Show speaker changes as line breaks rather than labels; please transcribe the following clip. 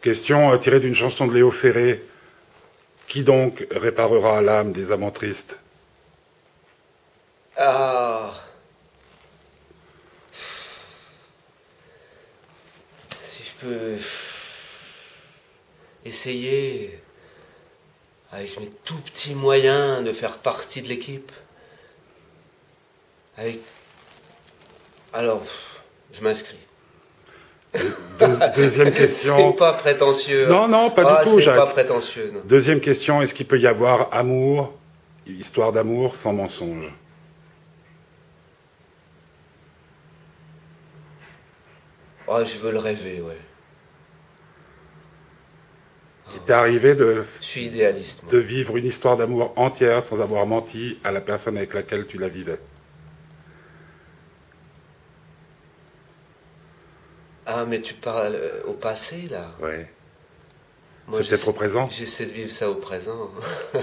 Question euh, tirée d'une chanson de Léo Ferré. Qui donc réparera l'âme des amants tristes
Ah. Si je peux essayer avec mes tout petits moyens de faire partie de l'équipe. Avec... Alors, je m'inscris.
Deux- Deuxième question.
C'est pas prétentieux.
Non, non, pas
Ah,
du tout,
C'est pas
Jacques.
prétentieux. non.
Deuxième question, est-ce qu'il peut y avoir amour, histoire d'amour sans mensonge
Ah, je veux le rêver, ouais.
Il t'est arrivé de,
Je suis idéaliste. moi.
de vivre une histoire d'amour entière sans avoir menti à la personne avec laquelle tu la vivais
Ah, mais tu parles euh, au passé, là.
Ouais.
Moi,
C'est peut-être
j'essa-
au présent.
J'essaie de vivre ça au présent. hein.